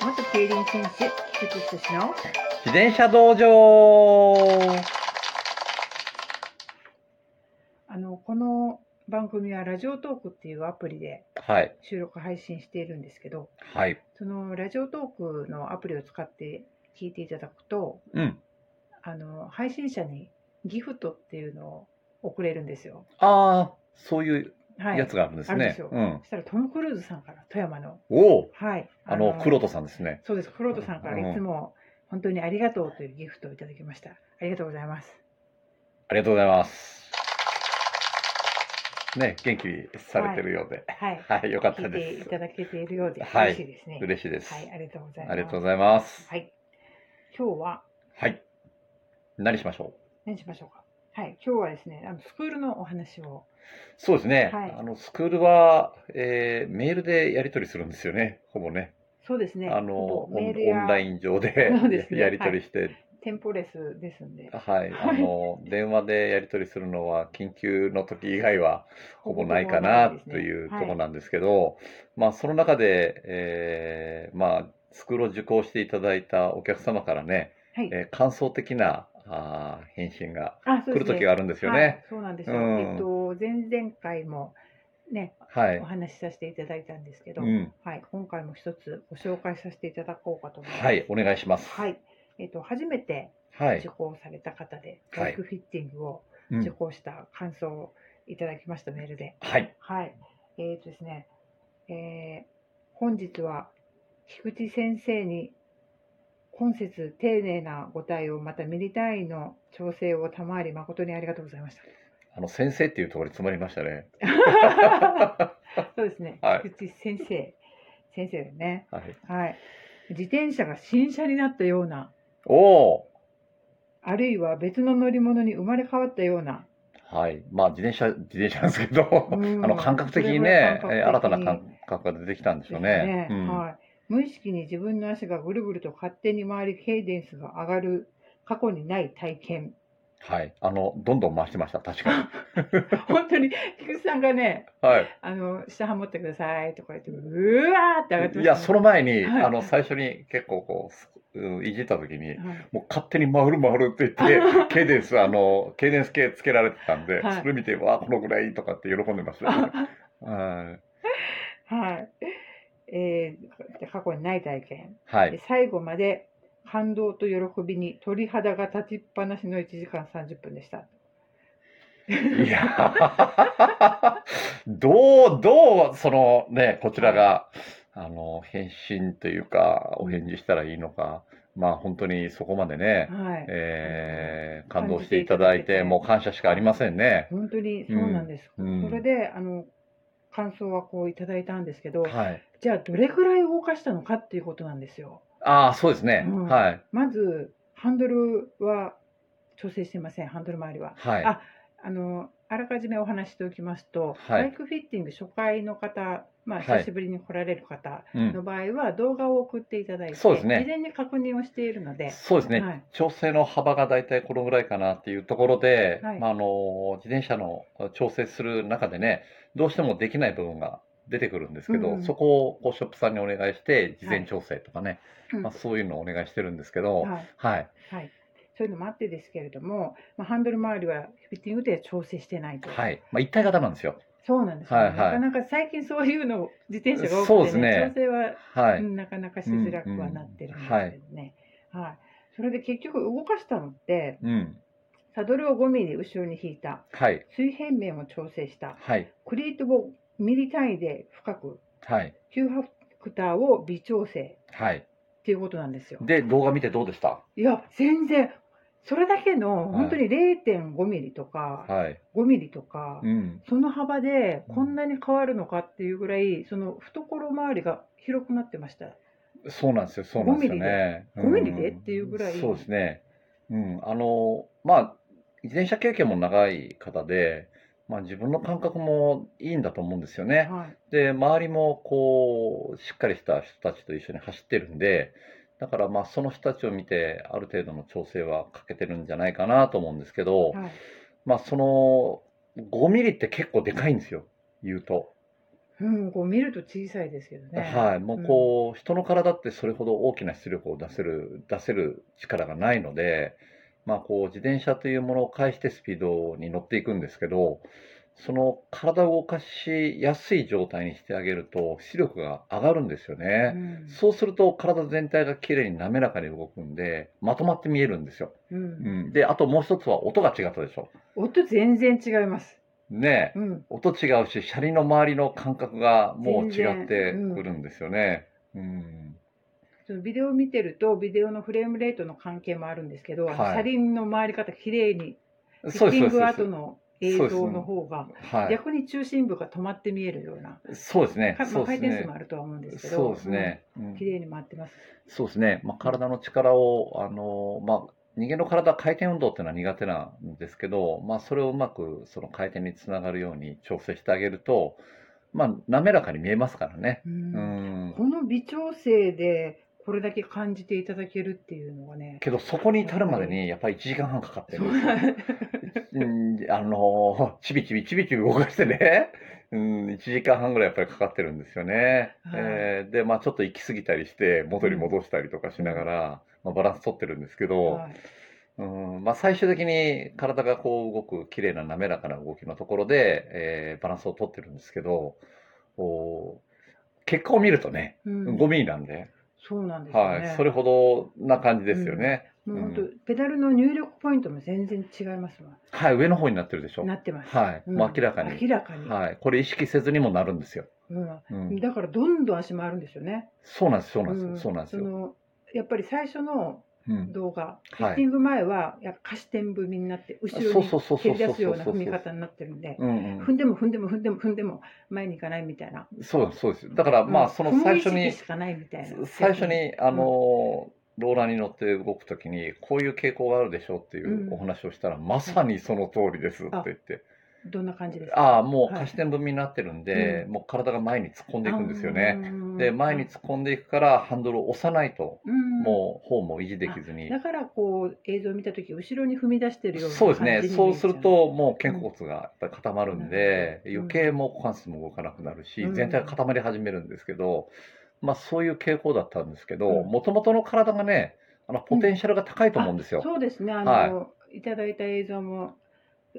元競輪選手、菊池俊の自転車道場あの、この番組はラジオトークっていうアプリではい。収録配信しているんですけど、はい。そのラジオトークのアプリを使って聞いていただくと、うん。あの、配信者にギフトっていうのを送れるんですよ。ああ、そういうはい。やつがあるんですあるんでねすよ。うんそ。したらトム・クルーズさんから、富山の。おお、はい。あの、黒戸さんですね。そうです。黒田さんからいつも本当にありがとうというギフトをいただきました。ありがとうございます。ありがとうございます。ね、元気されてるようで。はい。はい、よかった聞いてでいす。ただけているようではい嬉しいですね。嬉しいです。はい、ありがとうございます。ありがとうございます。はい。今日ははい。何しましょう何しましょうか。はい、今日はですね、あのスクールのお話を。そうですね。はいあの、スクールは、えーメールでやり取りするんですよね。ほぼね。そうですね。あの、ほオぼメールンオンライやン上でそうですね やり取りして店舗レスですんで、はい、はあいの電話でやり取りするのは緊急の時以外はほぼないかなというところんなんですけど、まあその中で、えーまあスクールを受講していただいたお客様からね、はい。はいえー感想的なあー返信があ、そ来うでるす時ね。があるんですよはいね。そうなんですよ。うんえっと前々回もね、はい、お話しさせていただいたんですけど、うん、はい、今回も一つご紹介させていただこうかと思います。はい、お願いします。、はいい。えっと初めてはい受、講された方で、はいバイクフィッティングをうん受講した感想をいただきました、メールで。はい、はい。えっ、とですね、えー本日は菊池先生に今節丁寧なご対応、またミリ単位の調整を賜り、誠にありがとうござい ました。あの先生っていうところに詰まりましたね。そうですね、はい菊池先生、先生だよね。はい、はい。自転車が新車になったような、おおー、あるいは別の乗り物に生まれ変わったような、はい、まあ自転車自転車なんですけど、うんあの感覚的にね、えー新たな感覚が出てきたんでしょうね。ですねうんはい、無意識に自分の足がぐるぐると勝手に回りケイデンスが上がる過去にない体験はい、あのどんどん回してました、確か 本当に菊池さんがねに。 はい。 「あの下ハモってください」とか言ってうわーって上がってましたね、いや、その前に、はいあの最初に結構こうすうんいじった時に。はいもう勝手に回る回るっ て言って、ケイデンス、あの、ケイデンス系つけられてたんで、はいそれ見て、わあ、このぐらいとかって喜んでました よね、はいはいえー過去にない体験、はい。最後まで感動と喜びに鳥肌が立ちっぱなしの1時間30分でしたいや、 どう、どう、そのね、こちらが、あの、返信というか、お返事したらいいのか、まあ本当にそこまでね、はいえー感動していただいて、もう感謝しかありませんね。本当にそうなんです、うんそれであの感想はこういただいたんですけど、はい。じゃあどれくらい動かしたのかっていうことなんですよああ、そうですね。うんはい。まずハンドルは調整してませんハンドル周りははい。ああのあらかじめお話ししておきますと、はいバイクフィッティング初回の方、まあ、はい久しぶりに来られる方うんの場合は動画を送っていただいて、そうですね事前に確認をしているので、そうですね、はい調整の幅が大体このぐらいかなっていうところで、はいまあ、あの自転車の調整する中でねどうしてもできない部分が出てくるんですけど、うんうんそこをこうショップさんにお願いして事前調整とかね、うんまあ、そういうのをお願いしてるんですけど、はいはいはい、そういうのもあってですけれども、まあ、ハンドル周りはフィッティングで調整してないと、はいまあ、一体型なんですよ。そうなんですよ、ねはいはいなかなか最近そういうの自転車がそ多うでくすて、ねね、調整ははいうんなかなかしづらくはなってるんですけどね。はい、それで結局動かしたのってうんサドルを5ミリ後ろに引いたはい水平面を調整したはいクリートをミリ単位で深くはい9ハクターを微調整はいっていうことなんですよ。で動画見てどうでしたいや全然それだけのい本当に0.5ミリとかはい、 5ミリとかうん、その幅でこんなに変わるのかっていうぐらいその懐周りが広くなってました。そうなんですよ、そうなんですよね。 5ミリでうん5ミリでっていうぐらいそうですね。うん、あの、まあ、自転車経験も長い方で、まあ自分の感覚もいいんだと思うんですよね。はいで、周りもこう、しっかりした人たちと一緒に走ってるんで、だからまあその人たちを見て、ある程度の調整はかけてるんじゃないかなと思うんですけど、はいまあその、5ミリって結構でかいんですよ、言うと。うん、こう見ると小さいですけどね。はい、もうこう、人の体ってそれほど大きな出力を出せる出せる力がないので、まあ、こう自転車というものを介してスピードに乗っていくんですけどその体を動かしやすい状態にしてあげると出力が上がるんですようね、ん、そうすると体全体がきれいに滑らかに動くんでまとまって見えるんですよ、うんうん、であともう一つは音が違ったでしょ音全然違います。ねえうん、音違うし車輪の周りの感覚がもう違って全然くるんですよね、うんそのビデオ見てるとビデオのフレームレートの関係もあるんですけど、あのはい車輪の回り方綺麗にフィそうッテですィそンうですグそう後の映で像の方がす。はい。逆に中心部が止まって見えるような、そうですねか。まそあ、うで回す転数ねも。あるとは思うんですけど、そうですね。ううんん綺麗に回ってます。そうですね。まあ体の力をあのまあ人間の体は回転運動っていうのは苦手なんですけど、まあそれをうまくその回転につながるように調整してあげると、まあ滑らかに見えますからね。うんうん。この微調整でこれだけ感じていただけるっていうのがね、けどそこに至るまでにやっぱり1時間半かかってそるうんですよ。うん、あの ちびちびちびちび動かしてね、 うん、1時間半ぐらいやっぱりかかってるんですよね。はいえーで、まあちょっと行き過ぎたりして、元に戻したりとかしながら、まあ、バランス取ってるんですけど、はいうんまあ、最終的に体がこう動く綺麗な滑らかな動きのところで、えーバランスを取ってるんですけど、お結果を見るとね、うんゴミなんで、そうなんですよはね。い、それほどな感じですよね。もう本当、うペダルの入力ポイントも全然違いますわ。はい、上の方になってるでしょ。なってます。はい、うんもう明らかに。明らかに、はい、これ意識せずにもなるんですよ。うんうん、だからどんどん足回るんですよね。そうなんです、そうなんです、うんそうなんですそよ。のやっぱり最初のうん、動画、フィはいッティング前はやっぱ下視点踏みになって後ろそうにそうそう蹴そうりそう出すよそううなそう踏み方になってるんで、うんう踏んでも踏んでも踏んでも踏んでも前に行かないみたいな。ん、そうですそうですだからうまあんその最初踏む意に識しかないみたいな。最初にあのローラーに乗って動くときにこういう傾向があるでしょうっていううんお話をしたらまさにその通りですって言ってどんな感じですか。ああもうはい貸し点踏みになってるんでうもう体が前に突っ込んでいくんですよねうんで前に突っ込んでいくからハンドルを押さないとうんもう方も維持できずにだからこう映像を見た時後ろに踏み出してるようなそうです感ねじに見そえうちゃするともう肩甲骨がやっぱり固まるんで、うん余計もう股関節も動かなくなるし、うん全体が固まり始めるんですけど、まあ、そういう傾向だったんですけどうんもともとの体がねあのポテンシャルが高いと思うんですよ。そうですねあの、い、ただいた映像も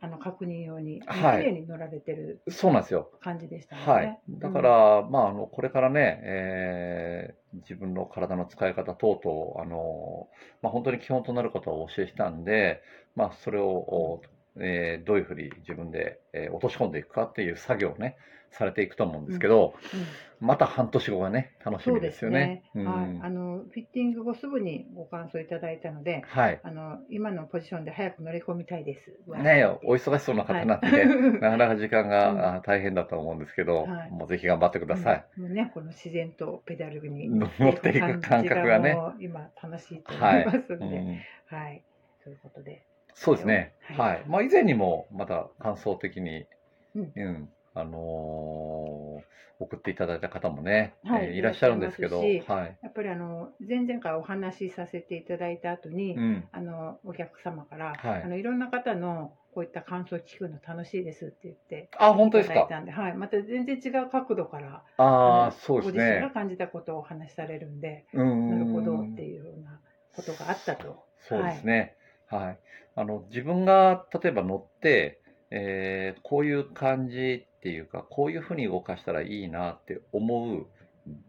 あの確認用に綺はい麗に乗られてるそうなんですよ感じでしたもんね、はい、だから、まあ、あのこれからね、えー自分の体の使い方等々、あのまあ、本当に基本となることをお教えしたんで、まあ、それを、おえーどういうふうに自分で、えー落とし込んでいくかっていう作業をねされていくと思うんですけど、うん、また半年後がね楽しそうみでですすよねね。うんはい、あのフィッティング後すぐにご感想いただいたのではいあの今のポジションで早く乗り込みたいですねえお忙しそうな方なんで、ね なかなか時間が、うんあ大変だと思うんですけど、はいもうぜひ頑張ってください。、うんもうねこの自然とペダルに 乗っていく感覚がね乗っていく感じがもう今楽しいと思いますので、うんはい、そういうことで。そうですね。ははいい。まあ以前にもまた感想的に、うんうんあのー送っていただいた方もね、はいえーいらっしゃるんですけど、はいいらっし。やっぱりあの前々回お話しさせていただいた後に、うん。あのお客様から、はいあのいろんな方のこういった感想を聞くの楽しいですって言って。あ、本当ですいただいか。たんで、はい、また全然違う角度から、あのあ、そうですご自身がね。感じたことをお話しされるんで、うーんなるほどっていうようなことがあったと。そうそうですね。はい。あの自分が例えば乗って、えーこういう感じっていうか、こういうふうに動かしたらいいなって思う。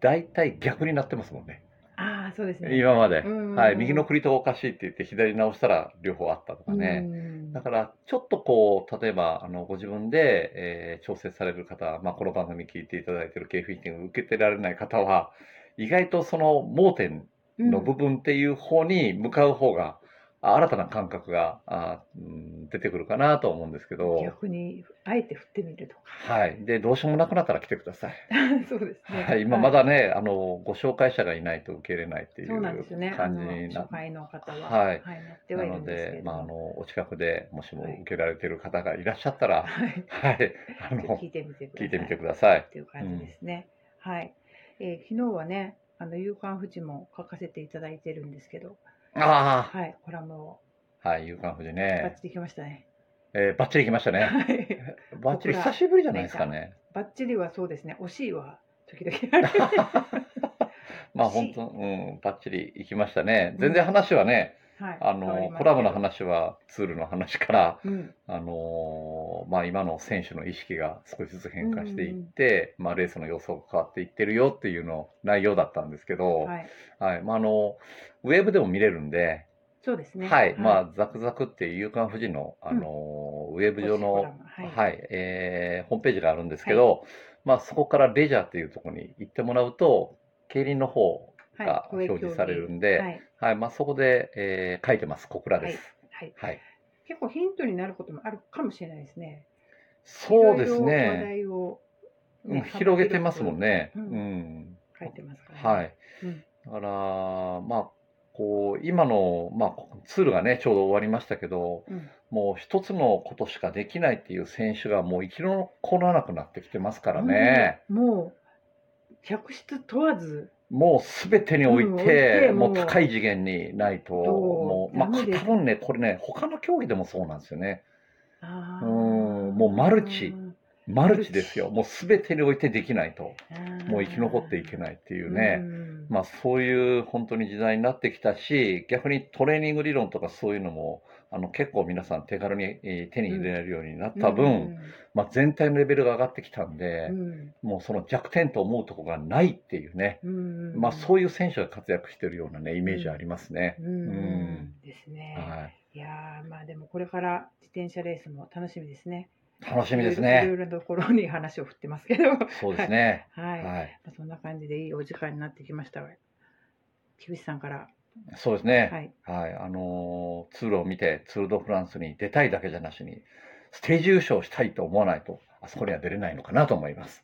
大体逆になってますもんね。ああ、そうですね。今まで。うんはい、右のクリトがおかしいって言って左に直したら両方あったとかね、うんだからちょっとこう例えばあのご自分で、えー調整される方、まあ、この番組聞いていただいてる K フィッティング受けてられない方は意外とその盲点の部分っていう方に向かう方が、あ新たな感覚があ、うん出てくるかなと思うんですけうんど、逆にあえて振ってみるとか。 はい、でどうしようもなくなったら来てください。そうですね。はい、今まだね、あのご紹介者がいないと受け入れないっていうそうなんですよね。あ感じのになっ初回の方は、はいなってはないるのんですけでれ、どまも、あ、あのお近くでもしもはい受けられてる方がいらっしゃったら、はい、はい、あちょっとの聞いてみてください。聞いてみてください。っていう感じですね。はい。えー昨日はね、あの夕刊フジも書かせていただいてるんですけど、あはい、コラムをあ、はい、夕刊富士バッね、チリきましたね。えー、バッチリきましたね。はいバッチリ久しぶりじゃないですかね。バッチリはそうですね。惜しいは時々ある。 まあ本当、うん、バッチリいきましたね。全然話はね、はい。あ変わりのますコラボの。話はツールの話から、うん。あのーまあ、今の選手の意識が少しずつ変化していって、まあ、レースの予想が変わっていってるよっていうの内容だったんですけど、はいはい。まあ、あのウェブでも見れるんで、そうですね。はいまあ、ザクザクっていう夕刊富士の、あのーウェブ公式コラ上の、ムは。はいえーホームページがあるんですけど、まあ、そこからレジャーっていうところに行ってもらうと競輪の方はいがご影響表示されるんにで、ははいい。まあ、そこで、えー書いてます小倉です。はい。はい結構ヒントになることもあるかもしれないですね。そうですいろいろ話ね。題をね、うん、広げてますもんね。ううんん、書いてますから、はい。うんだから、まあ、こう、今の、まあ、ツールがね、ちょうど終わりましたけど、うんもう一つのことしかできないっていう選手がもう生き残らなくなってきてますからね。うんもう百出問わずもうすべてにおいうんおいてて、ももうう高い次元にないと、どうもう、まあ、ダメ多です分ね、これね、他の競技でもそうなんですよね。あうーん、もうマルチ、マルチですよ。もうすべてにおいてできないと、もう生き残っていけいないっていとうね。まあ、そういう本当に時代になってきたし逆にトレーニング理論とかそういうのもあの結構皆さん手軽に、えー手に入れられるようになった分、まあ、全体のレベルが上がってきたんで、もうその弱点と思うとこがないっていうね、まあ、そうういう選手が活躍してるようなねイメージありますね。いうん、うんですね、はいい、やーまあでもこれから自転車レースも楽しみですね楽しみですいろね。いろなところに話を振ってますけどはい、そうですね。まはい。あそんな感じでいいお時間になってきました木口さんからそうですね。はいはい、あのーツールを見て、ツール・ド・フランスに出たいだけじゃなしに、ステージ優勝したいと思わないと、あそこには出れないのかなと思います。